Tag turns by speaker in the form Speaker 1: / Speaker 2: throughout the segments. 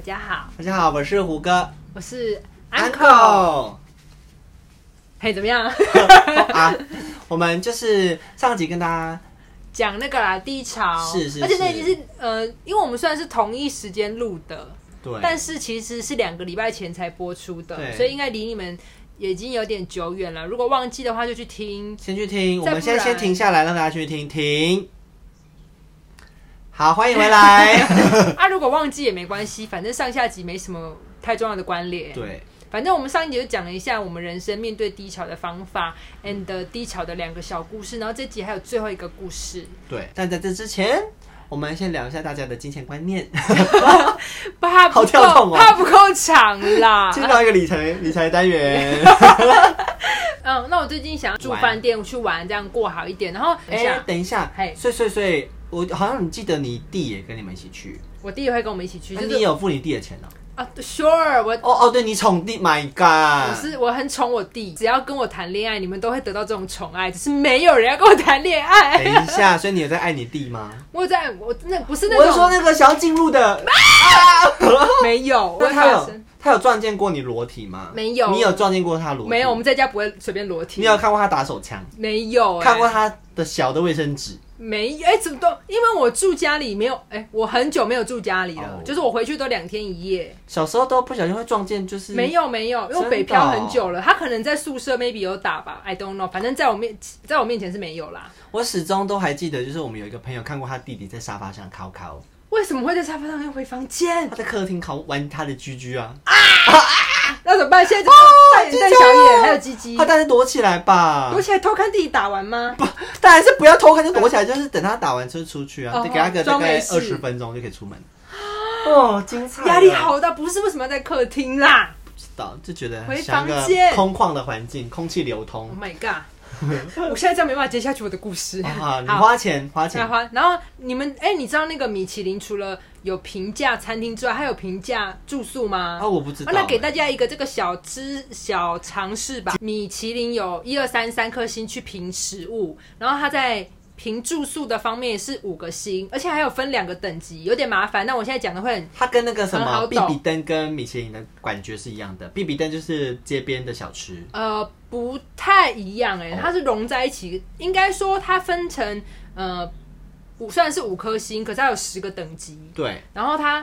Speaker 1: 家好，
Speaker 2: 大家好，我是胡歌
Speaker 1: 我是 uncle。
Speaker 2: Uncle
Speaker 1: 嘿，怎么样？
Speaker 2: 啊。我们就是上集跟大家
Speaker 1: 讲那个啦，低潮
Speaker 2: 是是
Speaker 1: 而且那
Speaker 2: 是
Speaker 1: 已经是呃，因为我们虽然是同一时间录的，
Speaker 2: 对，
Speaker 1: 但是其实是两个礼拜前才播出的，
Speaker 2: 对
Speaker 1: 所以应该离你们也已经有点久远了。如果忘记的话，就去听。
Speaker 2: 先去听，我
Speaker 1: 再
Speaker 2: 们
Speaker 1: 不
Speaker 2: 先
Speaker 1: 然
Speaker 2: 先停下来，让大家去听停。好，欢迎 回来。
Speaker 1: 啊，如果忘记也没关系，反正上下集没什么太重要的关联。
Speaker 2: 对，
Speaker 1: 反正我们上一集就讲了一下我们人生面对低潮的方法，and
Speaker 2: 嗯
Speaker 1: 低潮的两个小故事，然后这集还有最后一个故事。
Speaker 2: 对，但在这之前，我们先聊一下大家的金钱观念，
Speaker 1: 怕不
Speaker 2: 好跳
Speaker 1: 够，
Speaker 2: 痛哦
Speaker 1: 怕不够长 啦。
Speaker 2: 进到一个理财理财单元。
Speaker 1: 嗯，那我最近想要住
Speaker 2: 玩
Speaker 1: 饭店去玩，这样过好一点。然后哎等一下，
Speaker 2: 哎等一下
Speaker 1: 嘿，
Speaker 2: 所以所以所以，我好像你记得你弟也跟你们一起去，
Speaker 1: 我弟也会跟我们一起去，
Speaker 2: 那
Speaker 1: 就
Speaker 2: 你
Speaker 1: 是
Speaker 2: 有付你弟的钱哦。
Speaker 1: 啊，sure，我
Speaker 2: 哦哦，对你宠弟，My
Speaker 1: 我
Speaker 2: God，
Speaker 1: 是我很宠我弟，只要跟我谈恋爱，你们都会得到这种宠爱，只是没有人要跟我谈恋
Speaker 2: 等
Speaker 1: 爱。
Speaker 2: 一下，所以你有在爱你弟吗？
Speaker 1: 我在我那不是那
Speaker 2: 我是
Speaker 1: 种
Speaker 2: 说那个想要进入的，
Speaker 1: 没有，我
Speaker 2: 那
Speaker 1: 会
Speaker 2: 他
Speaker 1: 发
Speaker 2: 有
Speaker 1: 生
Speaker 2: 他有撞见过你裸体吗？
Speaker 1: 没有
Speaker 2: 你有撞见过他裸体？
Speaker 1: 没有，我们在家不会随便裸体。
Speaker 2: 你有看过他打手枪？
Speaker 1: 没有、欸？
Speaker 2: 看过他的小的卫生纸？
Speaker 1: 没有哎、怎么都因为我住家里没有哎、我很久没有住家里了
Speaker 2: 哦
Speaker 1: 就是我回去都两天一夜。
Speaker 2: 小时候都不小心会撞见，就是
Speaker 1: 没有没有，因为我北漂很久了，他可能在宿舍 maybe 有打吧，I don't know，反正在我面在我面前是没有啦。
Speaker 2: 我始终都还记得，就是我们有一个朋友看过他弟弟在沙发上烤烤，
Speaker 1: 为什么会在沙发上又回房间
Speaker 2: 他？在客厅烤玩他的居居啊，
Speaker 1: 那怎么办？现在怎么大眼
Speaker 2: 鸡
Speaker 1: 瞪
Speaker 2: 鸡
Speaker 1: 小眼，
Speaker 2: 啊
Speaker 1: 还有鸡鸡
Speaker 2: 他，当然躲起来吧
Speaker 1: 躲，起来偷看弟弟打完吗？
Speaker 2: 当然是不要偷看就躲起来，就是等他打完车出去啊，
Speaker 1: 哦
Speaker 2: 就给他个大
Speaker 1: 装没
Speaker 2: 概
Speaker 1: 事
Speaker 2: 二十分钟就可以出门。哦，精彩哦！
Speaker 1: 压力好大，不是为什么要在客厅啦
Speaker 2: 不知道，就觉得
Speaker 1: 回
Speaker 2: 像一
Speaker 1: 房
Speaker 2: 个
Speaker 1: 间
Speaker 2: 空旷的环境，空气流通
Speaker 1: ？Oh。my god！我现在这样没办法接下去我的故事。
Speaker 2: 啊，你
Speaker 1: 好
Speaker 2: 花钱花
Speaker 1: 那
Speaker 2: 钱，
Speaker 1: 花，然后你们哎、你知道那个米其林除了有平价餐厅之外，还有平价住宿吗？
Speaker 2: 啊，我不知道
Speaker 1: 哦
Speaker 2: 欸。
Speaker 1: 那给大家一个这个小知小尝试吧。米其林有一二三三颗星去评食物，然后它在评住宿的方面也是五个星，而且还有分两个等级，有点麻烦。那我现在讲的会很
Speaker 2: 它跟那个什
Speaker 1: 很好
Speaker 2: 么比
Speaker 1: 懂
Speaker 2: 比登跟米其林的感觉是一样的。比比登就是街边的小吃，
Speaker 1: 呃不太一样哎、
Speaker 2: 哦
Speaker 1: 它是融在一起，应该说它分成呃五虽然是五颗星，可是它有十个等级，
Speaker 2: 对，
Speaker 1: 然后它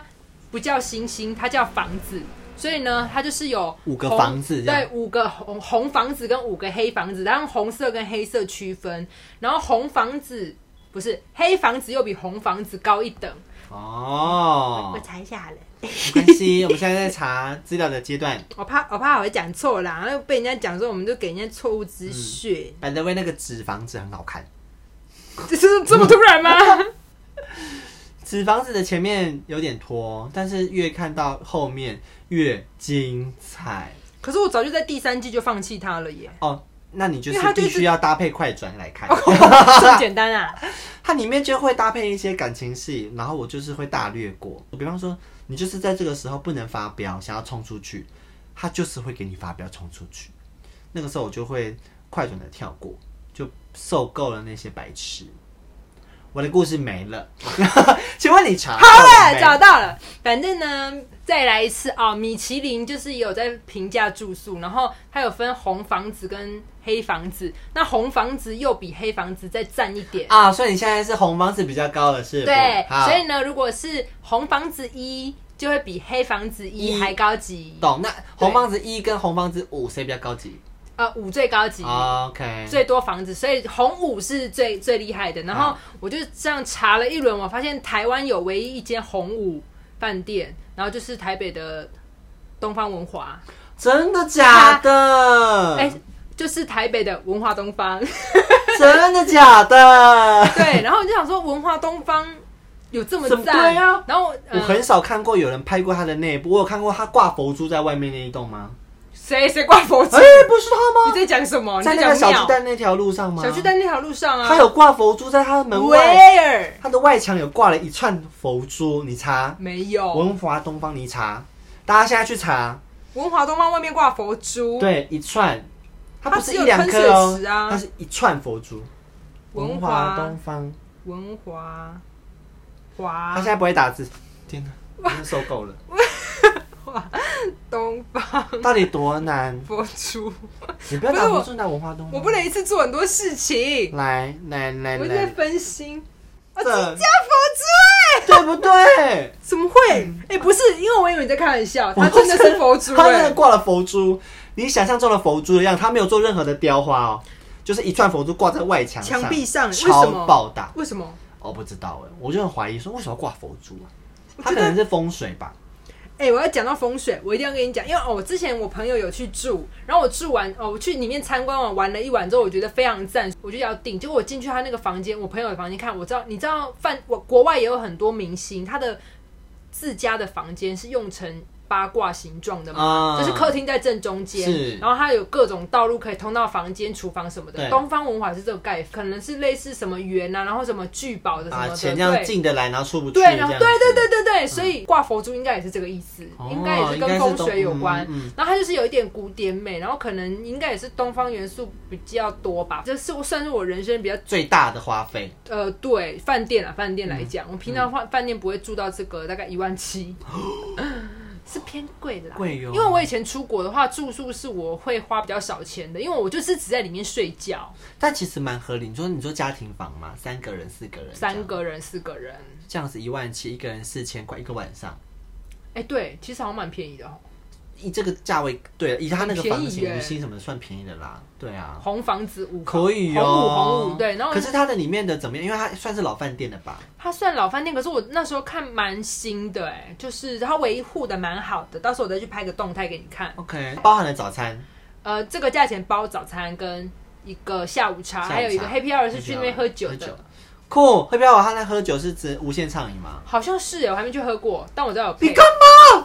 Speaker 1: 不叫星星，它叫房子。所以呢，它就是有
Speaker 2: 五个
Speaker 1: 红
Speaker 2: 房子这样
Speaker 1: 对，五个红红房子跟五个黑房子，然后红色跟黑色区分，然后红房子不是黑房子又比红房子高一等，我
Speaker 2: 哦，
Speaker 1: 查一下了，
Speaker 2: 没关系， 我们现在在查资料的阶段。
Speaker 1: 我怕我怕我会讲错啦，然后被人家讲说我们就给人家错误资 讯，
Speaker 2: 反正为那个纸房子很好看，
Speaker 1: 这是这么突然吗？
Speaker 2: 纸房子的前面有点拖，但是越看到后面越精彩
Speaker 1: 可是我早就在第三季就放弃它了耶，
Speaker 2: 哦。那你就
Speaker 1: 因为它
Speaker 2: 是
Speaker 1: 就
Speaker 2: 必
Speaker 1: 是
Speaker 2: 须要搭配快转来看，
Speaker 1: 这么简单啊？
Speaker 2: 它里面就会搭配一些感情戏，然后我就是会大略过。比方说，你就是在这个时候不能发飙，想要冲出去，他就是会给你发飙冲出去。那个时候我就会快转的跳过，就受够了那些白痴。我的故事没了， 请问你查
Speaker 1: 好了，
Speaker 2: 到
Speaker 1: 找
Speaker 2: 了
Speaker 1: 到了。反正呢，再来一次啊、米其林就是也有在评价住宿，然后它有分红房子跟黑房子。那红房子又比黑房子再占一点
Speaker 2: 没，啊？所以你现在是红方是比较高的是不？
Speaker 1: 对。
Speaker 2: 好
Speaker 1: 所以呢，如果是红房子一，就会比黑房子一
Speaker 2: 一
Speaker 1: 还高级，
Speaker 2: 嗯懂。那红方子一跟红方子五谁比较高级
Speaker 1: 呃，五最高级。
Speaker 2: 啊？OK，
Speaker 1: 最多房子，嗯所以红五是最最厉害的。然后
Speaker 2: 好
Speaker 1: 我就这样查了一轮，我发现台湾有唯一一间红五饭店，然后就是台北的东方文华。
Speaker 2: 真的假的？
Speaker 1: 哎、就是台北的文化东方，
Speaker 2: 真的假的？
Speaker 1: 对，然后我就想说文化东方有这么
Speaker 2: 怎么
Speaker 1: 赞，
Speaker 2: 对啊
Speaker 1: 然后、
Speaker 2: 我
Speaker 1: 呃、
Speaker 2: 很少看过有人拍过他的内部，我有看过他挂佛珠在外面那一栋吗？
Speaker 1: 谁谁挂佛珠
Speaker 2: 哎、？不是他
Speaker 1: 你
Speaker 2: 吗？
Speaker 1: 在讲什么？你
Speaker 2: 在那
Speaker 1: 讲
Speaker 2: 个小
Speaker 1: 庙
Speaker 2: 巨蛋那条路上吗？
Speaker 1: 小巨蛋那条路上啊，
Speaker 2: 他有挂佛珠在他的门外，
Speaker 1: where
Speaker 2: 他的外墙有挂了一串佛珠，你查
Speaker 1: 没有？
Speaker 2: 文华东方，你查，大家现在去查，
Speaker 1: 文华东方外面挂佛珠，
Speaker 2: 对，一串，它不
Speaker 1: 哦它
Speaker 2: 是
Speaker 1: 只有
Speaker 2: 一两颗
Speaker 1: 喷
Speaker 2: 哦
Speaker 1: 水池啊，
Speaker 2: 它是一串佛珠。
Speaker 1: 文
Speaker 2: 文
Speaker 1: 华
Speaker 2: 华东方，
Speaker 1: 文华
Speaker 2: 他
Speaker 1: 华啊
Speaker 2: 现在不会打字，天哪，我真的受够了。
Speaker 1: 化东方
Speaker 2: 到底多难？
Speaker 1: 播出，
Speaker 2: 你不要
Speaker 1: 不是
Speaker 2: 打
Speaker 1: 我
Speaker 2: 不住拿文化东方
Speaker 1: 我不能一次做很多事情，
Speaker 2: 来来来
Speaker 1: 我一直在
Speaker 2: 嗯来，
Speaker 1: 分心。啊，
Speaker 2: 这
Speaker 1: 这家佛珠哎，
Speaker 2: 对不对？
Speaker 1: 怎么会？哎、不是，因为我以为你在开玩笑， 他
Speaker 2: 嗯我
Speaker 1: 真的是佛珠
Speaker 2: 他真
Speaker 1: 哎、
Speaker 2: 的挂了佛珠，你想象中的佛珠一样，他没有做任何的雕花哦，就是一串佛珠挂在外墙上
Speaker 1: 墙壁上，为什
Speaker 2: 超
Speaker 1: 么？
Speaker 2: 爆大。
Speaker 1: 为什么？
Speaker 2: 我不知道哎，我就很怀疑说为什么要挂佛珠啊？
Speaker 1: 我
Speaker 2: 他
Speaker 1: 觉
Speaker 2: 可
Speaker 1: 得
Speaker 2: 能是风水吧。
Speaker 1: 哎、我要讲到风水，我一定要跟你讲，因为哦，我之前我朋友有去住，然后我住完哦，我去里面参观完玩了一晚之后，我觉得非常赞，我就要订。结果我进去他那个房间，我朋友的房间看，我知道，你知道范我国外也有很多明星，他的自家的房间是用成八卦形状的嘛，
Speaker 2: 啊
Speaker 1: 就是客厅在正中
Speaker 2: 是
Speaker 1: 间，然后它有各种道路可以通到房间、厨房什么
Speaker 2: 对
Speaker 1: 的。东方文化是这个概念，可能是类似什么圆啊，然后什么聚宝的什么
Speaker 2: 把
Speaker 1: 的，
Speaker 2: 啊钱这
Speaker 1: 对
Speaker 2: 样进得来，然后出不去。
Speaker 1: 对，然后
Speaker 2: 这样
Speaker 1: 对
Speaker 2: 子嗯
Speaker 1: 对对，对对，所以挂佛珠应该也是这个意思，
Speaker 2: 哦
Speaker 1: 应该也是跟风水有关
Speaker 2: 应该是东嗯嗯。
Speaker 1: 然后它就是有一点古典美，然后可能应该也是东方元素比较多吧。这是我算是我人生比较
Speaker 2: 最大的花费
Speaker 1: 呃，对饭店啊，饭店来
Speaker 2: 嗯
Speaker 1: 讲，我平常饭饭店不会住到这个大概一万七。是偏贵啦，
Speaker 2: 嗯贵哦哟
Speaker 1: 因为我以前出国的话，住宿是我会花比较少钱的，因为我就是只在里面睡觉，
Speaker 2: 但其实蛮合理。你说你说家庭房嘛，三个人、四个人，这
Speaker 1: 三
Speaker 2: 样
Speaker 1: 个人、四个人，
Speaker 2: 这样子一万七，一个人四千块一个晚上，
Speaker 1: 哎、对，其实好像蛮便宜的哦。
Speaker 2: 以这个价位，对，以他那个
Speaker 1: 很便
Speaker 2: 房
Speaker 1: 宜
Speaker 2: 型、
Speaker 1: 耶
Speaker 2: 五星什么的算便宜的啦，对啊，
Speaker 1: 红房子五
Speaker 2: 可以
Speaker 1: 红
Speaker 2: 哦，
Speaker 1: 五红五对，然后
Speaker 2: 可是它的里面的怎么样？因为它算是老饭店的吧，
Speaker 1: 它算老饭店，可是我那时候看蛮新的哎、就是它维护的蛮好的，到时候我再去拍个动态给你看。
Speaker 2: OK，包含了早餐，
Speaker 1: 呃，这个价钱包早餐跟一个下午茶，
Speaker 2: 下午茶
Speaker 1: 还有一个 Happy Hour 是去那边喝酒
Speaker 2: 喝酒
Speaker 1: 的，
Speaker 2: 酷。会不会我他那喝酒是指无限畅饮吗？
Speaker 1: 好像是哎、我还没去喝过，但我知道有配。
Speaker 2: 嘛？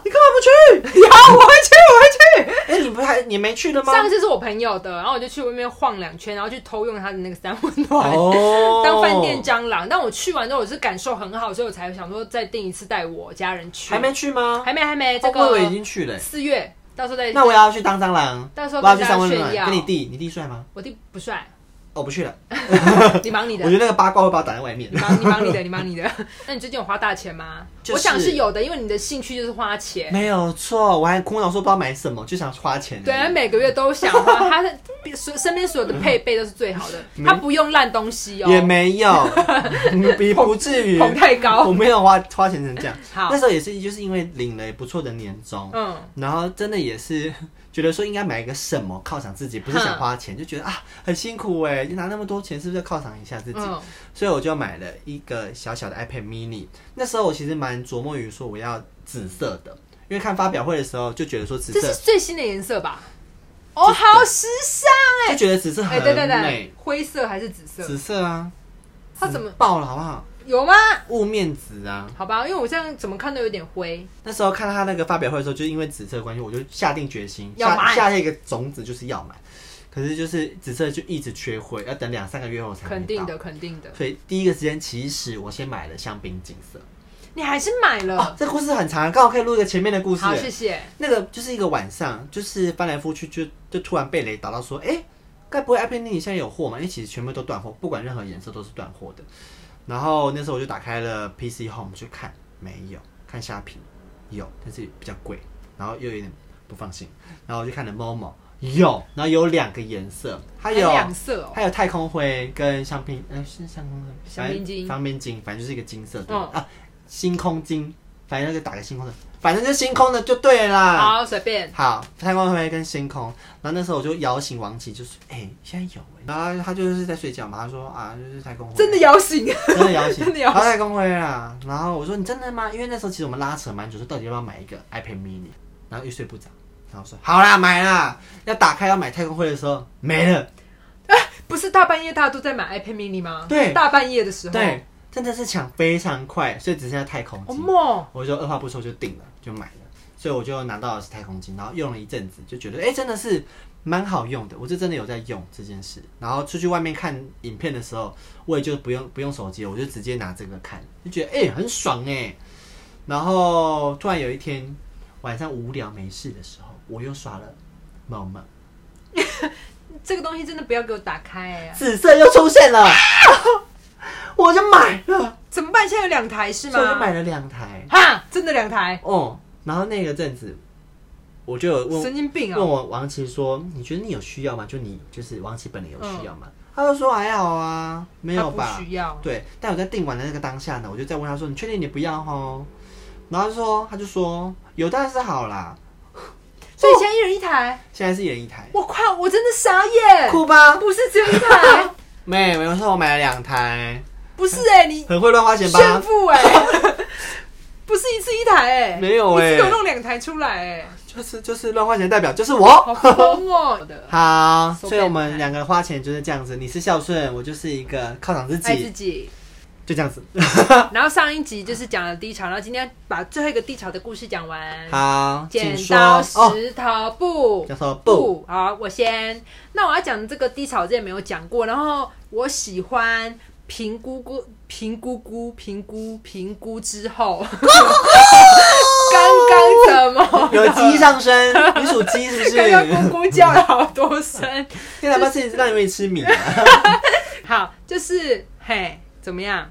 Speaker 2: 你干嘛不去？
Speaker 1: 有我会去，我会去。
Speaker 2: 哎、你不还你没去的吗？
Speaker 1: 上次是我朋友的，然后我就去外面晃两圈，然后去偷用他的那个三温暖。
Speaker 2: 哦
Speaker 1: 当饭店蟑螂，但我去完之后我是感受很好，所以我才想说再订一次带我家人去。
Speaker 2: 还没去吗？
Speaker 1: 还没还没，这
Speaker 2: 哦我以
Speaker 1: 个
Speaker 2: 为已经去了、
Speaker 1: 四月，到时候再
Speaker 2: 那我也要去当蟑螂，
Speaker 1: 到时候
Speaker 2: 我要去三温
Speaker 1: 跟大
Speaker 2: 暖，
Speaker 1: 家炫耀
Speaker 2: 跟你弟，你弟帅吗？
Speaker 1: 我弟不帅，
Speaker 2: 哦，不 去了，
Speaker 1: 你忙你的
Speaker 2: 我觉，得那个八卦会把我挡在外面
Speaker 1: 你。忙你忙你的，你忙你的。 那你最近有花大钱吗？
Speaker 2: 就
Speaker 1: 我
Speaker 2: 是
Speaker 1: 想是有的，因为你的兴趣就是花钱。
Speaker 2: 没有错，我还苦恼说不知道买什么，就想花钱。
Speaker 1: 对，他每个月都想花，他的所身边所有的配备都是最好的，他不用烂东西
Speaker 2: 也
Speaker 1: 哦，
Speaker 2: 没 有，也不至于。
Speaker 1: 捧太
Speaker 2: 我
Speaker 1: 高。
Speaker 2: 没有花花钱成这样。
Speaker 1: 好
Speaker 2: 那，时候也是就是因为领了不错的年终，
Speaker 1: 嗯，
Speaker 2: 然后真的也是 觉得说应该买一个什么犒赏自己，不是想花
Speaker 1: 嗯
Speaker 2: 钱，就觉得啊很辛苦哎，拿那么多钱是不是要犒赏一下自己？
Speaker 1: 嗯，
Speaker 2: 所以我就买了一个小小的 iPad mini。那时候我其实蛮琢磨于说我要紫色的，因为看发表会的时候就觉得说紫
Speaker 1: 这是
Speaker 2: 色，
Speaker 1: 最新的颜色吧？哦，好时尚
Speaker 2: 就觉得紫色
Speaker 1: 哎！
Speaker 2: 很
Speaker 1: 对对
Speaker 2: 美
Speaker 1: 对，，灰色还是紫色？
Speaker 2: 紫色啊，
Speaker 1: 它怎么
Speaker 2: 爆了好不好？
Speaker 1: 有吗？
Speaker 2: 雾面紫啊。
Speaker 1: 好吧，因为我这样怎么看都有点灰。
Speaker 2: 那时候看到他那个发表会的时候，就是因为紫色的关系，我就下定决心
Speaker 1: 要
Speaker 2: 下
Speaker 1: 买
Speaker 2: 下一个种子就是要买。可是就是紫色就一直缺货，要等两三个月后才买
Speaker 1: 肯定
Speaker 2: 到。
Speaker 1: 的，肯定的，
Speaker 2: 所以第一个时间，其实我先买了香槟金色。
Speaker 1: 你还是买
Speaker 2: 哦
Speaker 1: 了，。
Speaker 2: 这故事很长，刚好可以录一个前面的故事。
Speaker 1: 嗯好，谢谢。
Speaker 2: 那个就是一个晚上，就是翻来覆去就就突然被雷打到说，哎、该不会 iPad mini 现在有货吗？因为其实全部都断货，不管任何颜色都是断货的。然后那时候我就打开了 PC Home 去看，没有，看虾皮有，但是比较贵，然后又有点不放心，然后我就看了 Momo 有，然后有两个颜色，它有
Speaker 1: 两色哦，
Speaker 2: 它有太空灰跟香槟，呃，是香槟灰，
Speaker 1: 香槟金
Speaker 2: 香槟金，反正就是一个金色的、
Speaker 1: 嗯
Speaker 2: 啊，星空金，反正就打个星空的，反正就星空的就对啦。
Speaker 1: 好随便。
Speaker 2: 好，太空灰跟星空，然后那时候我就摇醒王琦，就是哎、现在有哎、然后他就是在睡觉嘛，他说啊，就是太空灰，
Speaker 1: 真的摇醒，
Speaker 2: 真的摇醒，
Speaker 1: 真的摇醒
Speaker 2: 然后太空灰啦。然后我说你真的吗？因为那时候其实我们拉扯蛮久，说到底要不要买一个 iPad mini，然后又睡不着，然后说好啦，买啦。要打开要买太空灰的时候没了。
Speaker 1: 不是大半夜大家都在买 iPad mini 吗？
Speaker 2: 对
Speaker 1: 大半夜的时候，
Speaker 2: 对，真的是抢非常快，所以只剩下太空
Speaker 1: 哦，
Speaker 2: 机，
Speaker 1: 梦
Speaker 2: 我就二话不说就定了，就买了，所以我就拿到的是太空机，然后用了一阵子，就觉得哎、诶真的是蛮好用的，我是真的有在用这件事。然后出去外面看影片的时候，我也就不用不用手机了，我就直接拿这个看，就觉得哎、诶很爽哎、然后突然有一天晚上无聊没事的时候，我又刷了猫猫，
Speaker 1: 这个东西真的不要给我打开哎、
Speaker 2: 紫色又出现了，我就买了，
Speaker 1: 怎么办？现在有两台是
Speaker 2: 所以我就
Speaker 1: 吗？
Speaker 2: 买了两台。
Speaker 1: 哈，真的两台，
Speaker 2: 哦，然后那个阵子我就有问
Speaker 1: 神经病
Speaker 2: 问
Speaker 1: 啊！
Speaker 2: 我王琦说，你觉得你有需要吗？就你就是王琦本人有需要吗？他就说还好啊，没有吧
Speaker 1: 嗯
Speaker 2: 哦
Speaker 1: 他。不需要，
Speaker 2: 对，但我在订完的那个当下呢，我就再问他说：“你确定你不要吼？”然后他说他就说有，但是好啦，
Speaker 1: 所以现在一人一台，
Speaker 2: 现在是一人一台，
Speaker 1: 我靠，我真的傻眼，
Speaker 2: 酷吧？
Speaker 1: 不是只有一 台，
Speaker 2: 妹，没有事，我买了两台，
Speaker 1: 不是哎、你
Speaker 2: 很会乱花钱
Speaker 1: 炫
Speaker 2: 吧？
Speaker 1: 富哎、 不是一次一台哎、
Speaker 2: 没有
Speaker 1: 你
Speaker 2: 哎、
Speaker 1: 只有弄两台出来哎、
Speaker 2: 就是就是乱花钱的代表就是我。
Speaker 1: 好疯哦、 的，
Speaker 2: 好，
Speaker 1: 手
Speaker 2: 所以我
Speaker 1: 背
Speaker 2: 们
Speaker 1: 牌
Speaker 2: 两个花钱就是这样子，你是孝顺，我就是一个犒赏自
Speaker 1: 爱自
Speaker 2: 己，
Speaker 1: 己。
Speaker 2: 就这样子。
Speaker 1: 然后上一集就是讲了低潮，然后今天把最后一个低潮的故事讲完。
Speaker 2: 好，
Speaker 1: 剪
Speaker 2: 请说
Speaker 1: 刀
Speaker 2: 哦，
Speaker 1: 石头布，
Speaker 2: 叫做不
Speaker 1: 不，好，我先。那我要讲的这个低潮之前没有讲过，然后我喜欢评估估评估估评估评估之 后，刚刚怎么
Speaker 2: 有鸡上身，你属鸡是 不是？
Speaker 1: 刚刚咕咕叫了好多声。
Speaker 2: 天哪，不是让你们吃米啊？
Speaker 1: 好，就是嘿，怎么样？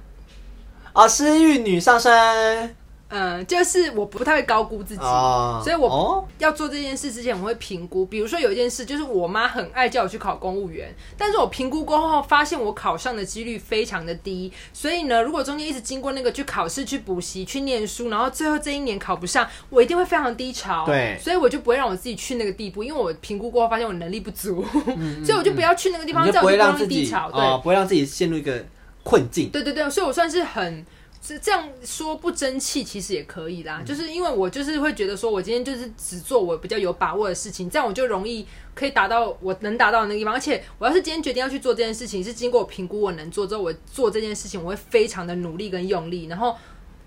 Speaker 2: 哦，失玉女上身
Speaker 1: 嗯，就是我不太会高估自己，
Speaker 2: 哦，
Speaker 1: 所以我
Speaker 2: 哦
Speaker 1: 要做这件事之前，我会评估。比如说有一件事，就是我妈很爱叫我去考公务员，但是我评估过后发现我考上的几率非常的低，所以呢，如果中间一直经过那个去考试、去补习、去念书，然后最后这一年考不上，我一定会非常低潮。
Speaker 2: 对
Speaker 1: 所以我就不会让我自己去那个地步，因为我评估过后发现我能力不足，所以我就不要去那个地方，
Speaker 2: 嗯你就
Speaker 1: 在
Speaker 2: 不
Speaker 1: 我
Speaker 2: 会
Speaker 1: 地
Speaker 2: 让
Speaker 1: 方
Speaker 2: 自
Speaker 1: 低
Speaker 2: 己
Speaker 1: 潮。对，
Speaker 2: 哦，不会让自己陷入一个困境。
Speaker 1: 对对对，所以我算是很。是这样说不争气，其实也可以啦。就是因为我就是会觉得说，我今天就是只做我比较有把握的事情，这样我就容易可以达到我能达到的那个地方。而且我要是今天决定要去做这件事情，是经过我评估我能做之后，我做这件事情我会非常的努力跟用力。然后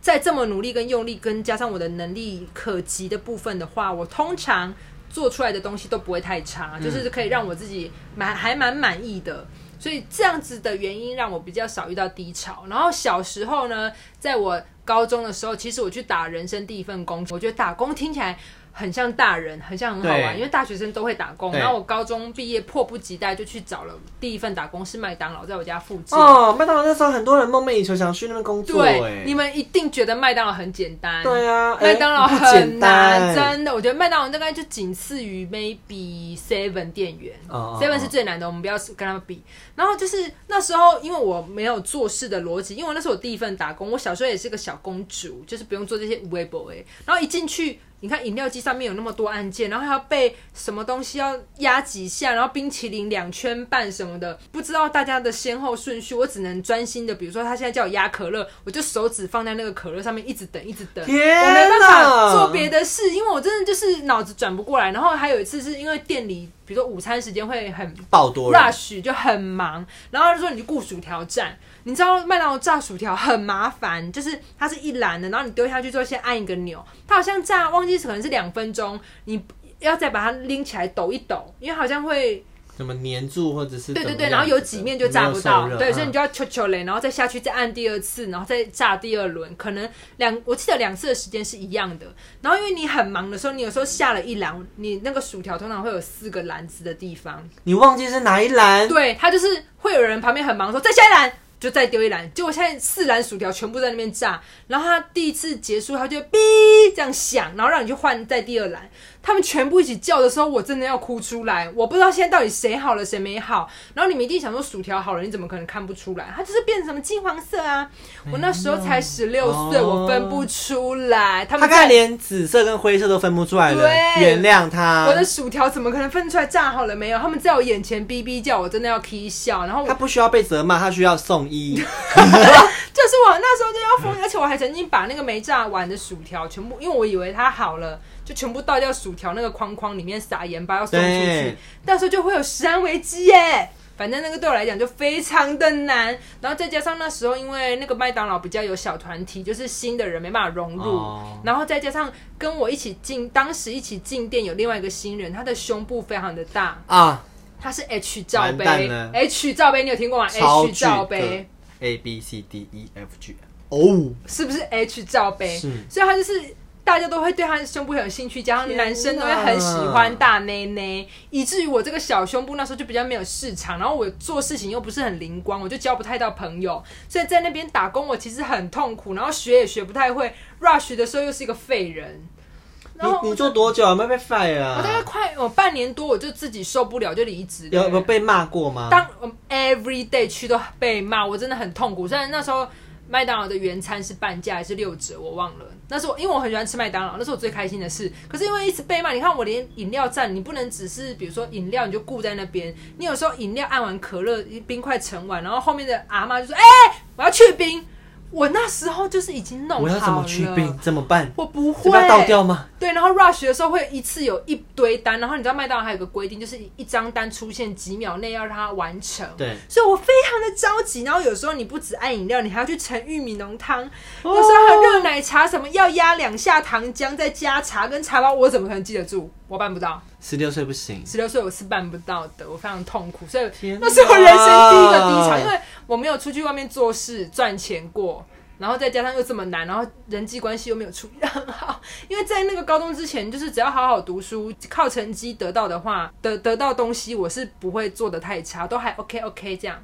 Speaker 1: 在这么努力跟用力，跟加上我的能力可及的部分的话，我通常做出来的东西都不会太差，
Speaker 2: 嗯
Speaker 1: 就是可以让我自己蛮还蛮满意的。所以这样子的原因让我比较少遇到低潮。然后小时候呢，在我高中的时候，其实我去打人生第一份工，我觉得打工听起来很像大人，很像很好玩，
Speaker 2: 对
Speaker 1: 因为大学生都会打工。
Speaker 2: 对
Speaker 1: 然后我高中毕业，迫不及待就去找了第一份打工是麦当劳，在我家附近。
Speaker 2: 哦，麦当劳那时候很多人梦寐以求想去那边工作，
Speaker 1: 对
Speaker 2: 哎，，
Speaker 1: 你们一定觉得麦当劳很简单，
Speaker 2: 对啊，哎
Speaker 1: 麦当劳
Speaker 2: 不
Speaker 1: 很
Speaker 2: 简
Speaker 1: 难，
Speaker 2: 单，
Speaker 1: 真的，我觉得麦当劳大概就仅次于 maybe Seven 店员。
Speaker 2: 哦
Speaker 1: Seven 是最难的，我们不要跟他们比。然后就是那时候，因为我没有做事的逻辑，因为我那是我第一份打工，我小时候也是个小公主，就是不用做这些无微不微。然后一进去，你看饮料机上面有那么多按键，然后还要背什么东西要压几下，然后冰淇淋两圈半什么的，不知道大家的先后顺序，我只能专心的，比如说他现在叫我压可乐，我就手指放在那个可乐上面一直等，一直等。
Speaker 2: 天
Speaker 1: 我没办
Speaker 2: 哪
Speaker 1: 法做别的事，因为我真的就是脑子转不过来。然后还有一次是因为店里，比如说午餐时间会很
Speaker 2: 爆多人，
Speaker 1: rush 就很忙，然后他就说你去雇薯条站，你知道麦当劳炸薯条很麻烦，就是它是一篮的，然后你丢下去之后先按一个钮，它好像炸忘记可能是两分钟，你要再把它拎起来抖一抖，因为好像会
Speaker 2: 什么粘住或者是
Speaker 1: 对对
Speaker 2: 怎么
Speaker 1: 对，
Speaker 2: 样
Speaker 1: 然后有几面就炸不
Speaker 2: 没有
Speaker 1: 到
Speaker 2: 受，热
Speaker 1: 对，
Speaker 2: 嗯
Speaker 1: 所以你就要球球嘞，然后再下去再按第二次，然后再炸第二轮，可能两我记得两次的时间是一样的。然后因为你很忙的时候，你有时候下了一篮，你那个薯条通常会有四个篮子的地方，
Speaker 2: 你忘记是哪一栏，
Speaker 1: 对他就是会有人旁边很忙说再下一篮，就再丢一篮，结果现在四篮薯条全部在那边炸，然后他第一次结束他就哔这样响，然后让你去换再第二篮，他们全部一起叫的时候，我真的要哭出来，我不知道现在到底谁好了谁没好，然后你们一定想说薯条好了，你怎么可能看不出来？它就是变成什么金黄色啊！我那时候才十六岁，
Speaker 2: 哦
Speaker 1: 我分不出来，他
Speaker 2: 他
Speaker 1: 们
Speaker 2: 看
Speaker 1: 在。
Speaker 2: 连紫色跟灰色都分不出来了，
Speaker 1: 对
Speaker 2: 原谅他
Speaker 1: 我，的薯条怎么可能分出来炸好了没有？他们在我眼前哔哔叫，我真的要 k 笑。然后我
Speaker 2: 他不需要被责骂，他需要 送医。
Speaker 1: 就是我那时候就要疯，而且我还曾经把那个没炸完的薯条全部，因为我以为它好了，就全部倒掉薯条那个框框里面，撒盐巴要送出去
Speaker 2: 对，
Speaker 1: 到时候就会有食安危机耶。反正那个对我来讲就非常的难，然后再加上那时候因为那个麦当劳比较有小团体，就是新的人没办法融入，
Speaker 2: 哦
Speaker 1: 然后再加上跟我一起进，当时一起进店有另外一个新人，他的胸部非常的大，
Speaker 2: 啊
Speaker 1: 他是 H 罩
Speaker 2: 完
Speaker 1: 杯
Speaker 2: 蛋了
Speaker 1: ，H 罩杯你有听过吗
Speaker 2: 超
Speaker 1: ？H
Speaker 2: 巨
Speaker 1: 哎罩
Speaker 2: 个
Speaker 1: 杯。
Speaker 2: A B C D E F G 哦，
Speaker 1: 是不是 H 罩杯
Speaker 2: 是，
Speaker 1: 所以他就是大家都会对他的胸部很有兴趣，加上
Speaker 2: 天哪
Speaker 1: 男生都会很喜欢大内内，以至于我这个小胸部那时候就比较没有市场，然后我做事情又不是很灵光，我就交不太到朋友，所以在那边打工我其实很痛苦，然后学也学不太会，rush 的时候又是一个废人，然后
Speaker 2: 你你做多久啊？有没有被 fire
Speaker 1: 我大概
Speaker 2: 啊？
Speaker 1: 快我半年多，我就自己受不了就离职了。
Speaker 2: 有有被骂过吗？
Speaker 1: 当嗯 every day 去都被骂，我真的很痛苦。虽然那时候麦当劳的原餐是半价还是六折，我忘了。那时候因为我很喜欢吃麦当劳，那是我最开心的事。可是因为一直被骂，你看我连饮料站，你不能只是比如说饮料你就顾在那边，你有时候饮料按完可乐冰块盛完，然后后面的阿妈就说：“哎、我要去冰。”我那时候就是已经弄好
Speaker 2: 我
Speaker 1: 了，
Speaker 2: 要怎么去病？怎么办？
Speaker 1: 我不
Speaker 2: 怎
Speaker 1: 会
Speaker 2: 么要倒掉吗？
Speaker 1: 对，然后 rush 的时候会一次有一堆单，然后你知道麦当劳还有个规定，就是一张单出现几秒内要让它完成。
Speaker 2: 对
Speaker 1: 所以我非常的着急。然后有时候你不止按饮料，你还要去盛玉米浓汤，有时候还有热奶茶什么，要压两下糖浆，再加茶跟茶包，我怎么可能记得住？我办不到，
Speaker 2: 十六岁不行，
Speaker 1: 十六岁我是办不到的，我非常痛苦，所以
Speaker 2: 天哪
Speaker 1: 那是我人生第一个低潮，因为我没有出去外面做事赚钱过。然后再加上又这么难，然后人际关系又没有处理得很好，因为在那个高中之前，就是只要好好读书，靠成绩得到的话，得得到东西，我是不会做的太差，都还 OK OK 这样。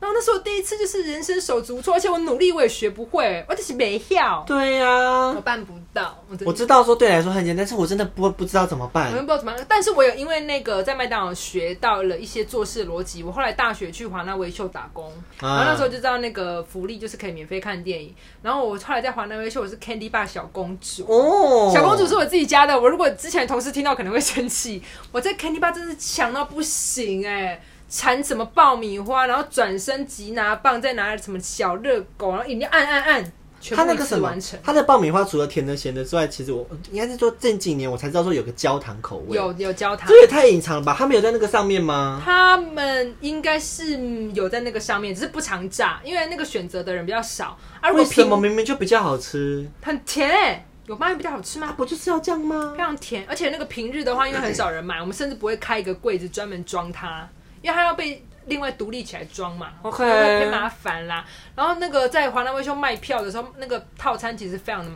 Speaker 1: 然后那是我第一次就是人生手足无措，而且我努力我也学不会，我就是没要，
Speaker 2: 对呀、
Speaker 1: 我办不到，我真的
Speaker 2: 我知道说对你来说很简单，但是我真的不不知道怎么
Speaker 1: 我们
Speaker 2: 办。
Speaker 1: 不知道怎么样，但是我有因为那个在麦当劳学到了一些做事逻辑。我后来大学去华纳维秀打工，然
Speaker 2: 啊
Speaker 1: 后那时候就知道那个福利就是可以免费看电影。然后我后来在华纳维秀，我是 Candy Bar 小公主。
Speaker 2: 哦，
Speaker 1: 小公主是我自己家的，我如果之前同事听到可能会生气。我在 Candy Bar 真是强到不行哎、缠什么爆米花，然后转身急拿棒，再拿什么小热狗，然后饮料按按按，全
Speaker 2: 他
Speaker 1: 部
Speaker 2: 那
Speaker 1: 一
Speaker 2: 个
Speaker 1: 次
Speaker 2: 什么
Speaker 1: 完成，。
Speaker 2: 他的爆米花除了甜的咸的之外，其实我应该是说近几年我才知道说有个焦糖口味，
Speaker 1: 有有教他，
Speaker 2: 这也太隐藏了吧？他们有在那个上面吗？
Speaker 1: 他们应该是嗯有在那个上面，只是不常炸，因为那个选择的人比较少。啊，如
Speaker 2: 为
Speaker 1: 果
Speaker 2: 什
Speaker 1: 平
Speaker 2: 么明明就比较好吃？
Speaker 1: 很甜哎、有卖比较好吃吗？
Speaker 2: 不就是要这样吗
Speaker 1: 非？常甜，而且那个平日的话，因为很少人买，我们甚至不会开一个柜子专门装它，因为它要被另外独立起来装嘛
Speaker 2: OK
Speaker 1: 会偏麻烦啦。然后那个在华南威秀卖票的时候，那个套餐其实非常的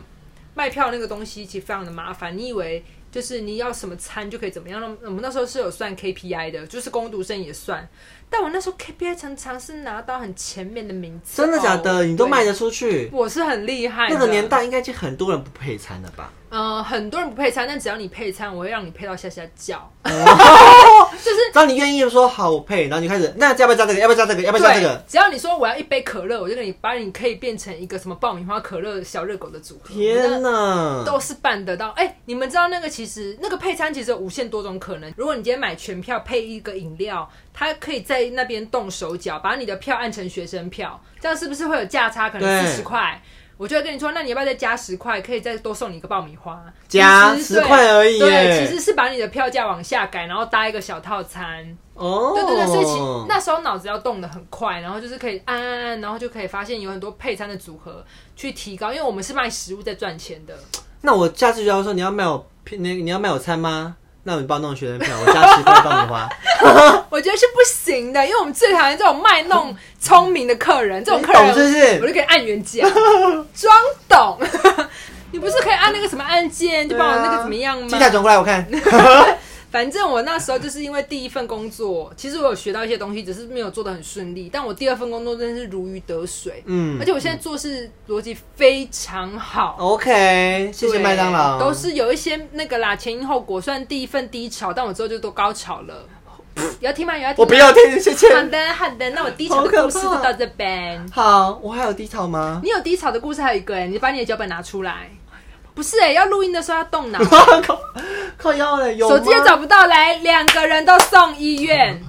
Speaker 1: 卖票那个东西其实非常的麻烦，你以为。就是你要什么餐就可以怎么样？那我们那时候是有算 KPI 的，就是攻读生也算。但我那时候 KPI 常常是拿到很前面的名次，
Speaker 2: 真的
Speaker 1: 哦
Speaker 2: 假的？你都卖？
Speaker 1: 对
Speaker 2: 得出去？
Speaker 1: 我是很厉害的。
Speaker 2: 那个年代应该就很多人不配餐了吧？
Speaker 1: 呃，很多人不配餐，但只要你配餐，我会让你配到下下叫。
Speaker 2: 只要你愿意说好，我配，然后你就开始，那要不要加这个？要不要加这个？要不要加这个？
Speaker 1: 只要你说我要一杯可乐，我就给你把你可以变成一个什么爆米花、可乐、小热狗的组合。
Speaker 2: 天
Speaker 1: 哪！
Speaker 2: 哪！
Speaker 1: 都是办得到，哎、你们知道那个其实那个配餐其实有无限多种可能。如果你今天买全票配一个饮料，它可以在那边动手脚，把你的票按成学生票，这样是不是会有价差？可能
Speaker 2: 对
Speaker 1: 四十块，我就会跟你说，那你要不要再加十块，可以再多送你一个爆米花？
Speaker 2: 加
Speaker 1: 其实
Speaker 2: 10块而已耶
Speaker 1: 对，其实是把你的票价往下改，然后搭一个小套餐。
Speaker 2: 哦，
Speaker 1: 对对对，所以其那时候脑子要动得很快，然后就是可以按按按，然后就可以发现有很多配餐的组合去提高，因为我们是卖食物在赚钱的，
Speaker 2: 那我下次就要说你要卖我那你要卖我餐吗？那我帮我弄学生票，我加十块爆米花。
Speaker 1: 我觉得是不行的，因为我们最讨厌这种卖弄 聪明的客人，这种客
Speaker 2: 你懂是
Speaker 1: 人
Speaker 2: 不
Speaker 1: 我
Speaker 2: 是
Speaker 1: 就可以按原价，装懂。 你不是可以按那个什么按键，就帮我那个怎么样吗？
Speaker 2: 机台转过来我 看。
Speaker 1: 反正我那时候就是因为第一份工作，其实我有学到一些东西，只是没有做的很顺利。但我第二份工作真的是如鱼得水，
Speaker 2: 嗯
Speaker 1: 而且我现在做事逻辑非常好。
Speaker 2: OK，谢谢
Speaker 1: 对
Speaker 2: 麦当劳。
Speaker 1: 都是有一些那个啦，前因后果。虽然第一份低潮，但我之后就都高潮 了。有要听吗？有要听吗
Speaker 2: 我不要听，谢谢。
Speaker 1: 好的，好的。那我低潮的故事
Speaker 2: 好可怕
Speaker 1: 就到这边。
Speaker 2: 好，我还有低潮吗？
Speaker 1: 你有低潮的故事还有一个哎、你把你的脚本拿出 来。不是哎、要录音的时候要动脑，
Speaker 2: 靠靠腰了， 有吗
Speaker 1: 手机也找不到，来两个人都送医院。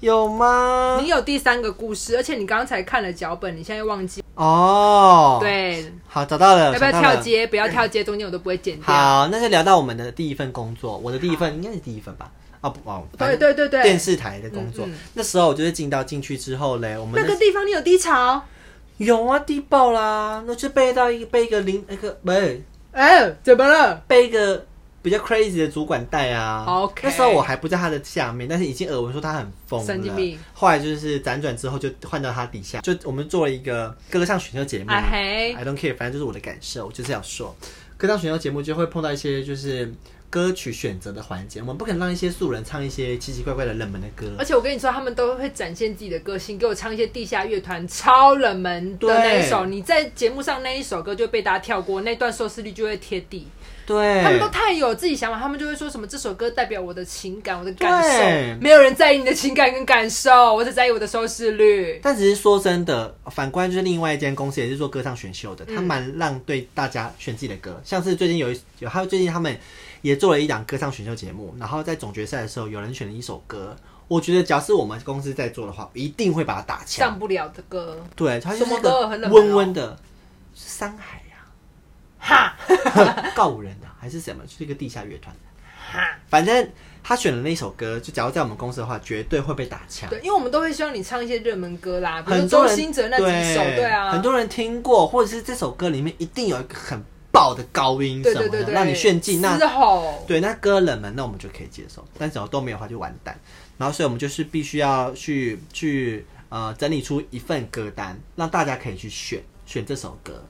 Speaker 2: 有吗
Speaker 1: 你？有第三个故事，而且你刚才看了脚本，你现在又忘记。
Speaker 2: 哦，，
Speaker 1: 对，
Speaker 2: 好，找到了，
Speaker 1: 要不要
Speaker 2: 想到
Speaker 1: 跳
Speaker 2: 了？
Speaker 1: 接？不要跳接，中间我都不会剪掉。
Speaker 2: 好，那就聊到我们的第一份工作，我的第一份应该是第一份吧？啊不哦，
Speaker 1: 对对对对
Speaker 2: 电视台的工作
Speaker 1: 嗯嗯。
Speaker 2: 那时候我就是进到进去之后嘞，我们
Speaker 1: 那个地方你有低潮？
Speaker 2: 有啊，低报啦，那就被到一被一个零那个不是
Speaker 1: 哎、怎么了？
Speaker 2: 被一个比较 crazy 的主管带啊。
Speaker 1: OK
Speaker 2: 那时候我还不在他的下面，但是已经耳闻说他很疯了。
Speaker 1: 神经病。
Speaker 2: 后来就是辗转之后就换到他底下，就我们做了一个歌唱选秀节目。
Speaker 1: 啊嘿
Speaker 2: I don't care，反正就是我的感受，我就是要说，歌唱选秀节目就会碰到一些就是歌曲选择的环节，我们不可能让一些素人唱一些奇奇怪怪的冷门的歌。
Speaker 1: 而且我跟你说，他们都会展现自己的个性，给我唱一些地下乐团超冷门的
Speaker 2: 对
Speaker 1: 那一首。你在节目上那一首歌就被大家跳过，那段收视率就会贴地。
Speaker 2: 对，
Speaker 1: 他们都太有自己想法，他们就会说什么这首歌代表我的情感、我的感
Speaker 2: 对
Speaker 1: 受，没有人在意你的情感跟感受，我只在意我的收视率。
Speaker 2: 但只是说真的，反观就是另外一间公司也是做歌唱选秀的，
Speaker 1: 嗯
Speaker 2: 他蛮让对大家选自己的歌。像是最近有一有，还有最近他们也做了一档歌唱选秀节目，然后在总决赛的时候，有人选了一首歌，我觉得只要是我们公司在做的话，一定会把它打枪。
Speaker 1: 上不了的歌，
Speaker 2: 对，它就是一
Speaker 1: 什么歌
Speaker 2: 个
Speaker 1: 很冷门哦
Speaker 2: 温温的山海
Speaker 1: 哈
Speaker 2: 呀、 告五人啊，还是什么，就是一个地下乐团。
Speaker 1: 哈。
Speaker 2: 反正他选的那首歌，就假如在我们公司的话，绝对会被打枪。
Speaker 1: 对，因为我们都会希望你唱一些热门歌啦，比如说
Speaker 2: 很多
Speaker 1: 周
Speaker 2: 人
Speaker 1: 兴哲那几首，对啊，
Speaker 2: 很多人听过，或者是这首歌里面一定有一个很爆的高音
Speaker 1: 对
Speaker 2: 什么
Speaker 1: 对
Speaker 2: 的，
Speaker 1: 对啊对，
Speaker 2: 让你炫技。那
Speaker 1: 嘶吼，
Speaker 2: 对那歌冷门，那我们就可以接受，但只要都没有的话就完蛋。然后所以我们就是必须要去去呃整理出一份歌单，让大家可以去选选这首歌。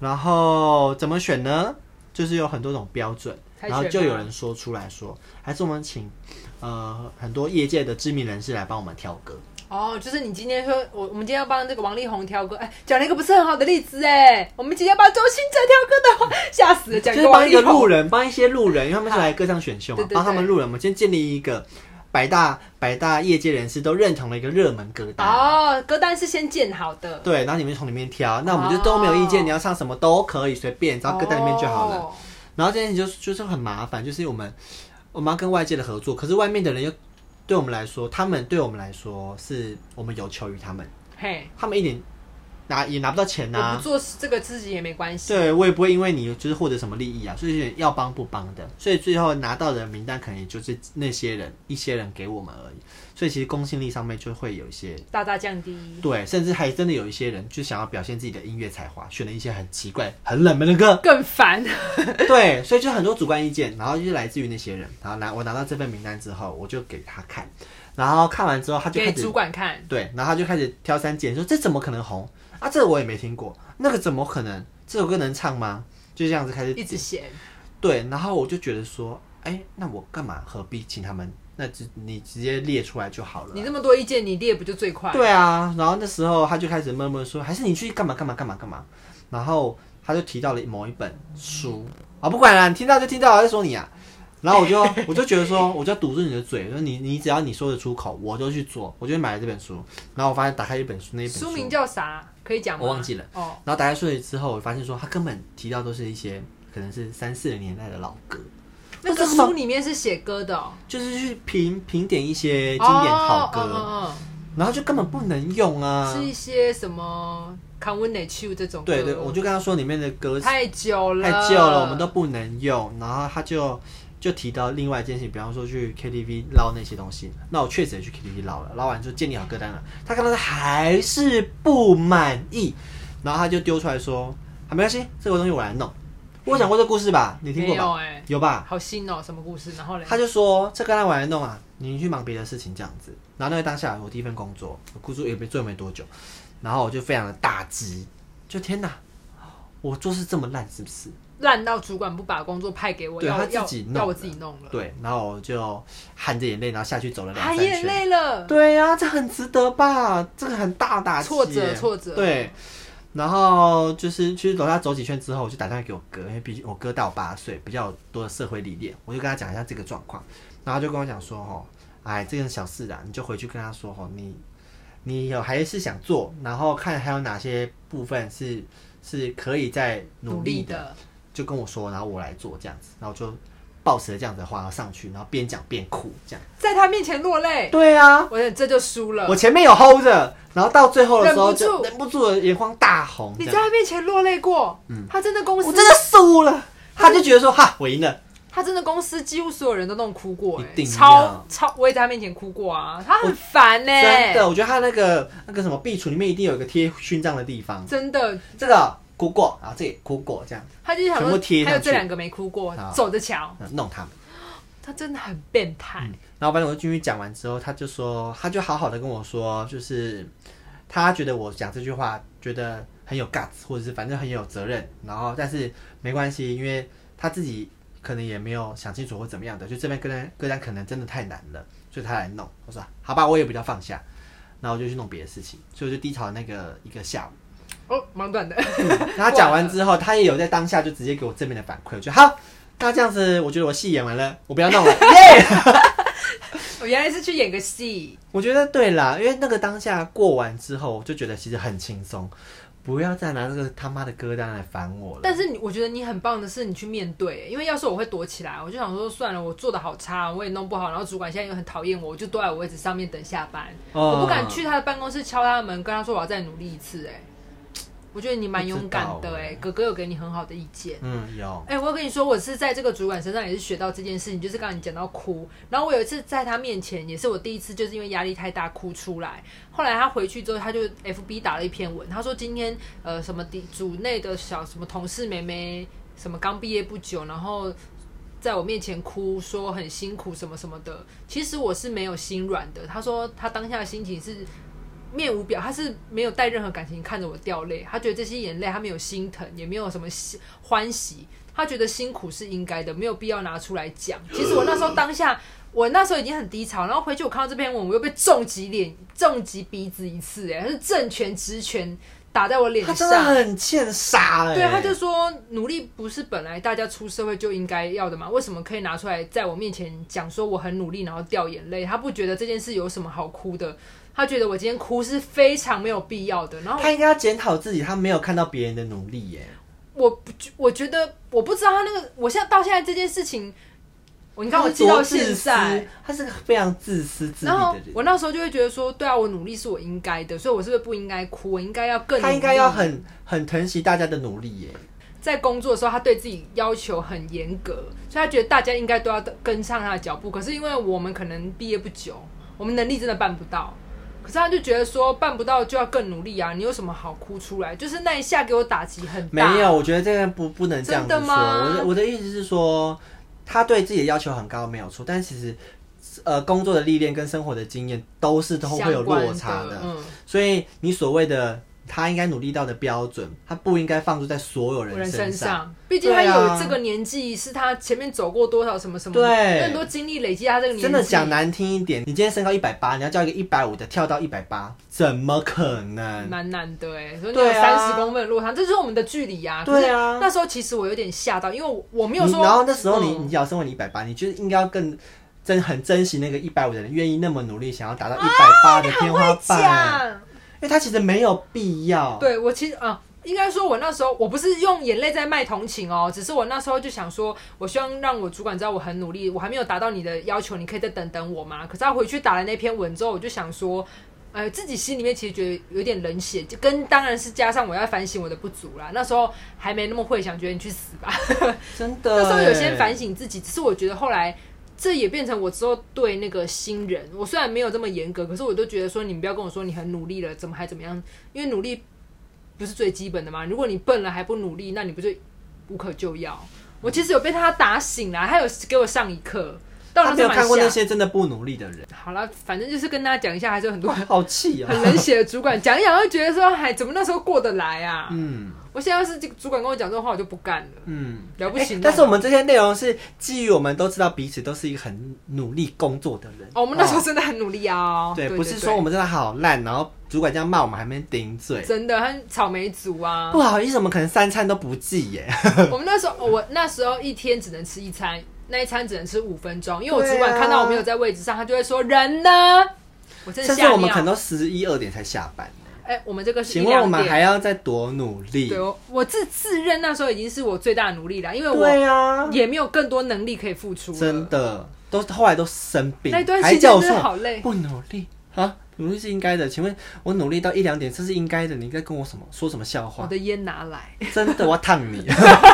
Speaker 2: 然后怎么选呢？就是有很多种标准，
Speaker 1: 猜
Speaker 2: 然后
Speaker 1: 拳
Speaker 2: 就
Speaker 1: 吗
Speaker 2: 有人说出来说，还是我们请呃很多业界的知名人士来帮我们挑歌。
Speaker 1: 哦，就是你今天说，我我们今天要帮这个王力宏挑歌，哎，讲了一个不是很好的例子，哎，我们今天要帮周兴哲挑歌的话，吓死了，讲
Speaker 2: 就是
Speaker 1: 个王
Speaker 2: 帮一
Speaker 1: 力
Speaker 2: 个路
Speaker 1: 宏，
Speaker 2: 人，帮一些路人，因为他们是来歌唱选秀嘛
Speaker 1: 对，对对
Speaker 2: 帮他们路人，我们先建立一个百大百大业界人士都认同的一个热门歌单。
Speaker 1: 哦，歌单是先建好的，
Speaker 2: 对，然后你们从里面挑，那我们就都没有意见，
Speaker 1: 哦
Speaker 2: 你要唱什么都可以，随便，只要歌单里面就好了。
Speaker 1: 哦
Speaker 2: 然后这件事就就是很麻烦，就是我们我们要跟外界的合作，可是外面的人又对我们来说，他们对我们来说是我们有求于他们，
Speaker 1: 嘿，
Speaker 2: 他们一点拿也拿不到钱啊呐、
Speaker 1: 我不做这个自己也没关系，
Speaker 2: 对我也不会因为你就是获得什么利益啊，所以要帮不帮的，所以最后拿到的名单可能也就是那些人一些人给我们而已，所以其实公信力上面就会有一些
Speaker 1: 大大降低，
Speaker 2: 对，甚至还真的有一些人就想要表现自己的音乐才华，选了一些很奇怪、很冷门的歌，
Speaker 1: 更烦，
Speaker 2: 对，所以就很多主观意见，然后就是来自于那些人，然后拿我拿到这份名单之后，我就给他看，然后看完之后他就
Speaker 1: 给
Speaker 2: 开始
Speaker 1: 主管看，
Speaker 2: 对，然后他就开始挑三拣，说这怎么可能红啊？这我也没听过，那个怎么可能？这首歌能唱吗？就这样子开始
Speaker 1: 一直嫌，
Speaker 2: 对，然后我就觉得说，哎、那我干嘛何必请他们？那直你直接列出来就好了
Speaker 1: 你。这么多意见，你列不就最快？
Speaker 2: 对啊，然后那时候他就开始默默说，还是你去干嘛干嘛干嘛干嘛。然后他就提到了某一本书啊，不管了，你听到就听到了，再说你啊。然后我就我就觉得说，我就堵住你的嘴，说你你只要你说得出口，我就去做，我就买了这本书。然后我发现打开一本书，那一本
Speaker 1: 书名叫啥？可以讲吗？
Speaker 2: 我忘记了。
Speaker 1: 哦，
Speaker 2: 然后打开顺序之后，我发现说他根本提到都是一些可能是三四零年代的老歌，
Speaker 1: 那
Speaker 2: 这
Speaker 1: 个
Speaker 2: 是什么
Speaker 1: 书里面是写歌的哦，
Speaker 2: 就是去评评点一些经典好歌，
Speaker 1: 哦嗯嗯嗯
Speaker 2: 然后就根本不能用啊。
Speaker 1: 是一些什么 Can We Let You 这种歌。
Speaker 2: 对对，我就跟他说里面的歌
Speaker 1: 太
Speaker 2: 太
Speaker 1: 久了，
Speaker 2: 旧了，我们都不能用。然后他就就提到另外一件事情，比方说去 KTV 捞那些东西。那我确实也去 KTV 捞了，捞完就建立好歌单了。他看到他还是不满意，然后他就丢出来说：“啊，没关系，这个东西我来弄。”我有讲过这个故事吧？你听过
Speaker 1: 没有
Speaker 2: 吧？
Speaker 1: 哎，
Speaker 2: 有吧？
Speaker 1: 好新哦，什么故事？然后嘞，
Speaker 2: 他就说这个让我来弄啊，你去忙别的事情这样子。然后那个当下我第一份工作，我工作也没做没多久，然后我就非常的大急，就天哪，我做事这么烂是不是？
Speaker 1: 烂到主管不把工作派给我，
Speaker 2: 对
Speaker 1: 要
Speaker 2: 他自己弄
Speaker 1: 要要我
Speaker 2: 的
Speaker 1: 自己弄了，
Speaker 2: 对，然后我就含着眼泪，然后下去走了两
Speaker 1: 含
Speaker 2: 三
Speaker 1: 眼
Speaker 2: 圈。
Speaker 1: 泪了，
Speaker 2: 对呀、这很值得吧？这个很大打击耶
Speaker 1: 挫折挫折
Speaker 2: 对，然后就是去楼下走几圈之后，我就打电话给我哥，因哎为毕竟我哥大我八岁，比较有多的社会历练，我就跟他讲一下这个状况，然后他就跟我讲说，哦，哎，这个小事啊，你就回去跟他说，哦，你你有还是想做，然后看还有哪些部分是是可以再努
Speaker 1: 努
Speaker 2: 力
Speaker 1: 力
Speaker 2: 的，
Speaker 1: 的，
Speaker 2: 就跟我说，然后我来做这样子，然后就抱持了这样子的话上去，然后边讲边哭这样。
Speaker 1: 在他面前落泪，
Speaker 2: 对啊，
Speaker 1: 我这就输了
Speaker 2: 我。前面有 hold 着，然后到最后的时候
Speaker 1: 忍不住
Speaker 2: 就忍不住了，眼眶大红。
Speaker 1: 你
Speaker 2: 这
Speaker 1: 在
Speaker 2: 样
Speaker 1: 他面前落泪过，
Speaker 2: 嗯
Speaker 1: 他真的公
Speaker 2: 我
Speaker 1: 司，
Speaker 2: 真的输了，他就觉得说哈，我赢了。
Speaker 1: 他真的公司几乎所有人都弄哭过，哎
Speaker 2: 一定要
Speaker 1: 超超，我也在他面前哭过啊，他很烦欸呢，
Speaker 2: 真的，我觉得他那个那个什么壁橱里面一定有一个贴勋章的地方，
Speaker 1: 真的
Speaker 2: 这个啊哭过，然后这也哭过，这样
Speaker 1: 他就想
Speaker 2: 全部
Speaker 1: 说
Speaker 2: 贴，上
Speaker 1: 还有这
Speaker 2: 去
Speaker 1: 两个没哭过
Speaker 2: 啊，
Speaker 1: 走着瞧，
Speaker 2: 嗯弄他们。
Speaker 1: 他真的很变态。
Speaker 2: 然后反正我就进去讲完之后，他就说，他就好好的跟我说，就是他觉得我讲这句话觉得很有 guts，或者是反正很有责任，然后但是没关系，因为他自己可能也没有想清楚或怎么样的，就这边歌单歌单可能真的太难了，所以他来弄。我说好吧，我也比较放下，然后我就去弄别的事情，所以我就低潮那个一个下午。
Speaker 1: 哦，蛮短的，
Speaker 2: 然后他讲完之后，他也有在当下就直接给我正面的反馈，我觉得好，那这样子，我觉得我戏演完了，我不要弄了。
Speaker 1: 我原来是去演个戏，
Speaker 2: 我觉得对啦，因为那个当下过完之后，我就觉得其实很轻松，不要再拿这个他妈的歌单来烦我了。
Speaker 1: 但是你我觉得你很棒的是你去面对，因为要是我会躲起来，我就想说算了，我做的好差，我也弄不好，然后主管现在又很讨厌我，我就躲在我位置上面等下班，
Speaker 2: 哦
Speaker 1: 我不敢去他的办公室敲他的门，跟他说我要再努力一次、哎，我觉得你蛮勇敢
Speaker 2: 不知
Speaker 1: 的、
Speaker 2: 道
Speaker 1: 哎，哥哥有给你很好的意见。
Speaker 2: 嗯，有，
Speaker 1: 哎、我跟你说，我是在这个主管身上也是学到这件事情，就是刚刚你讲到哭，然后我有一次在他面前，也是我第一次，就是因为压力太大哭出来。后来他回去之后，他就 FB 打了一篇文，他说今天呃什么底组内的小什么同事妹妹，什么刚毕业不久，然后在我面前哭说很辛苦什么什么的，其实我是没有心软的。他说他当下的心情是面无表，他是没有带任何感情看着我掉泪，他觉得这些眼泪他没有心疼，也没有什么喜欢喜，他觉得辛苦是应该的，没有必要拿出来讲。其实我那时候当下，我那时候已经很低潮，然后回去我看到这篇文，我又被重击脸、重击鼻子一次、哎，他是政权职权打在我脸
Speaker 2: 他真的
Speaker 1: 上。
Speaker 2: 很欠杀哎、
Speaker 1: 对，他就说努力不是本来大家出社会就应该要的吗？为什么可以拿出来在我面前讲说我很努力，然后掉眼泪？他不觉得这件事有什么好哭的，他觉得我今天哭是非常没有必要的。然后
Speaker 2: 他应该要检讨自己，他没有看到别人的努力耶、
Speaker 1: 我不觉我觉得我不知道他那个，我现在到现在这件事情，我你看我记到现在，，
Speaker 2: 他是个非常自私自利
Speaker 1: 然后
Speaker 2: 的人，
Speaker 1: 我那时候就会觉得说，对啊，我努力是我应该的，所以我是不是不应该哭？我应该要更
Speaker 2: 他应该
Speaker 1: 努力
Speaker 2: 要很很疼惜大家的努力耶、
Speaker 1: 在工作的时候，他对自己要求很严格，所以他觉得大家应该都要跟上他的脚步。可是因为我们可能毕业不久，我们能力真的办不到。可是他就觉得说办不到就要更努力啊！你有什么好哭出来？就是那一下给我打击很
Speaker 2: 没
Speaker 1: 大。
Speaker 2: 有，我觉得这个不不能这样子
Speaker 1: 真的
Speaker 2: 说。
Speaker 1: 吗
Speaker 2: 我的我的意思是说，他对自己的要求很高没有错，但其实呃，工作的历练跟生活的经验都是都会有
Speaker 1: 相关
Speaker 2: 落差的，
Speaker 1: 嗯，
Speaker 2: 所以你所谓的他应该努力到的标准，他不应该放诸在所有
Speaker 1: 人
Speaker 2: 人
Speaker 1: 身
Speaker 2: 身上。
Speaker 1: 上，毕竟他
Speaker 2: 对啊
Speaker 1: 有这个年纪，是他前面走过多少什么什么，
Speaker 2: 对
Speaker 1: 有很多经历累积，他这个年纪
Speaker 2: 真的讲难听一点，你今天身高一百八，你要叫一个一百五的跳到一百八，怎么可能？
Speaker 1: 蛮难的哎、欸，所以你有
Speaker 2: 嗯对啊
Speaker 1: 三十公分的落差，这就是我们的距离呀、
Speaker 2: 对
Speaker 1: 可
Speaker 2: 啊
Speaker 1: 是那时候其实我有点吓到，因为我我没有
Speaker 2: 你
Speaker 1: 说，
Speaker 2: 然后那时候你、
Speaker 1: 嗯
Speaker 2: 你要身为你一百八，你就是应该要更珍很珍惜那个一百五的人，愿意那么努力想要
Speaker 1: 啊
Speaker 2: 达到一百八的天花板、
Speaker 1: 讲，
Speaker 2: 因为他其实没有必要。
Speaker 1: 对我其实啊。应该说，我那时候我不是用眼泪在卖同情哦，只是我那时候就想说，我希望让我主管知道我很努力，我还没有达到你的要求，你可以再等等我嘛。可是他回去打了那篇文之后，我就想说，呃，自己心里面其实觉得有点冷血，就跟当然是加上我要反省我的不足啦。那时候还没那么会想，觉得你去死吧。
Speaker 2: 真的。
Speaker 1: 那时候有先反，省自己，只是我觉得后来这也变成我之后对那个新人，我虽然没有这么严格，可是我都觉得说，你们不要跟我说你很努力了，怎么还怎么样？因为努力不是最基本的嘛。如果你笨了还不努力，那你不就无可救药？我其实有被他打醒啦，他有给我上一课，但我那
Speaker 2: 他没
Speaker 1: 时
Speaker 2: 有
Speaker 1: 候蛮
Speaker 2: 看过那
Speaker 1: 吓。
Speaker 2: 些真的不努力的 人，
Speaker 1: 好了，反正就是跟大家讲一下，还是有很多
Speaker 2: 哇，好气 啊、
Speaker 1: 很冷血的主管讲一讲，会觉得说，还怎么那时候过得来啊？
Speaker 2: 嗯
Speaker 1: 我现在要是这个主管跟我讲这种话，我就不干了，
Speaker 2: 嗯。
Speaker 1: 了不起啊
Speaker 2: 欸
Speaker 1: 呢。
Speaker 2: 但是我们这些内容是基于我们都知道彼此都是一个很努力工作的人。
Speaker 1: 哦，我们那时候
Speaker 2: 哦
Speaker 1: 真的很努力哦。
Speaker 2: 对，不是说我们真的好烂，然后主管这样骂我们还没顶嘴，
Speaker 1: 真的很草莓族啊
Speaker 2: 不。好意思，我们可能三餐都不记耶。
Speaker 1: 我们那时候，我那时候一天只能吃一餐，那一餐只能吃五分钟，因为我
Speaker 2: 对啊
Speaker 1: 主管看到我没有在位置上，他就会说人呢。我真的
Speaker 2: 甚至
Speaker 1: 吓
Speaker 2: 我们
Speaker 1: 尿
Speaker 2: 可能。都十一二点才下班。
Speaker 1: 哎、我们这个是一
Speaker 2: 请问我
Speaker 1: 两
Speaker 2: 们还
Speaker 1: 点。
Speaker 2: 要再多努力
Speaker 1: 对，？我我自自认那时候已经是我最大的努力了，因为我
Speaker 2: 对啊，
Speaker 1: 也没有更多能力可以付出了。
Speaker 2: 真的都后来都生病，
Speaker 1: 那段
Speaker 2: 还
Speaker 1: 时间
Speaker 2: 叫我
Speaker 1: 真
Speaker 2: 说
Speaker 1: 的好累。
Speaker 2: 不努力啊，努力是应该的。请问我努力到一两点，这是应该的，你在跟我什么说什么笑
Speaker 1: 我
Speaker 2: 话？
Speaker 1: 的烟拿来。
Speaker 2: 真的，我要烫 你！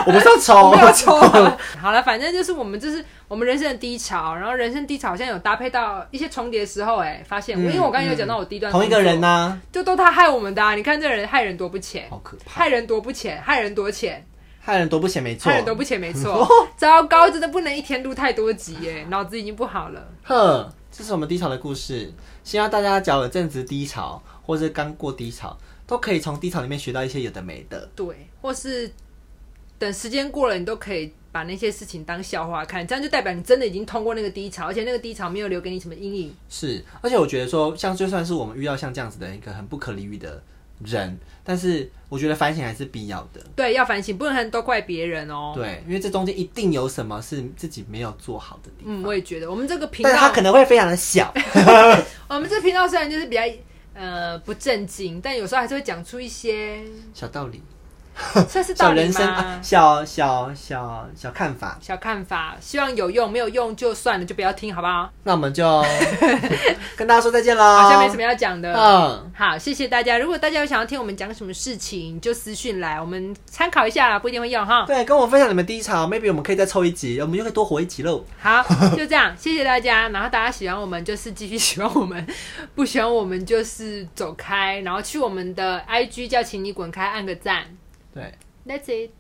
Speaker 2: 我不是要抽，
Speaker 1: 不要抽了。啊好了，反正就是我们就是我们人生的低潮，然后人生低潮好像有搭配到一些重叠的时候、哎，发现我、
Speaker 2: 嗯
Speaker 1: 因为我刚才有讲到我第一段
Speaker 2: 同一个人
Speaker 1: 呢、
Speaker 2: 呐、
Speaker 1: 就都他害我们的、啊。你看这人害人多不浅，
Speaker 2: 好可怕，
Speaker 1: 害人多不浅，害人多浅，
Speaker 2: 害人多不嫌没错
Speaker 1: 害。人多不浅，没 错。糟糕，真的不能一天录太多集耶、脑子已经不好了。
Speaker 2: 呵，这是我们低潮的故事。希望大家只要有正值低潮，或是刚过低潮，都可以从低潮里面学到一些有的没的。
Speaker 1: 对，或是等时间过了，你都可以把那些事情当笑话看，这样就代表你真的已经通过那个低潮，而且那个低潮没有留给你什么阴影。
Speaker 2: 是，而且我觉得说，像就算是我们遇到像这样子的一个很不可理喻的人，但是我觉得反省还是必要的。
Speaker 1: 对，要反省，不能都怪别人哦。
Speaker 2: 对，因为这中间一定有什么是自己没有做好的地
Speaker 1: 嗯，
Speaker 2: 方，
Speaker 1: 我也觉得我们这个频
Speaker 2: 但是它
Speaker 1: 道，哦
Speaker 2: 可能会非常 的小。
Speaker 1: 我们这个频道虽然就是比较呃不正经，但有时候还是会讲出一 些
Speaker 2: 小道理，
Speaker 1: 算是道
Speaker 2: 小
Speaker 1: 理
Speaker 2: 人生
Speaker 1: 吗
Speaker 2: 啊，？小小小小看法。
Speaker 1: 小看法，希望有用，没有用就算了，就不要听，好不好？
Speaker 2: 那我 们就 跟大家说再见喽。
Speaker 1: 好像没什么要讲的。
Speaker 2: 嗯，
Speaker 1: 好，谢谢大家。如果大家有想要听我们讲什么事情，就私讯来，我们参考一下啦，不一定会用哈。
Speaker 2: 对，跟我分享你们低潮，maybe 我们可以再抽一集，我们又可以多活一集喽。
Speaker 1: 好，就这样，谢谢大家。然后大家喜欢我们就是继续喜欢我们，不喜欢我们就是走开，然后去我们的 IG 叫请你滚开，按个赞。
Speaker 2: 对。
Speaker 1: That's it.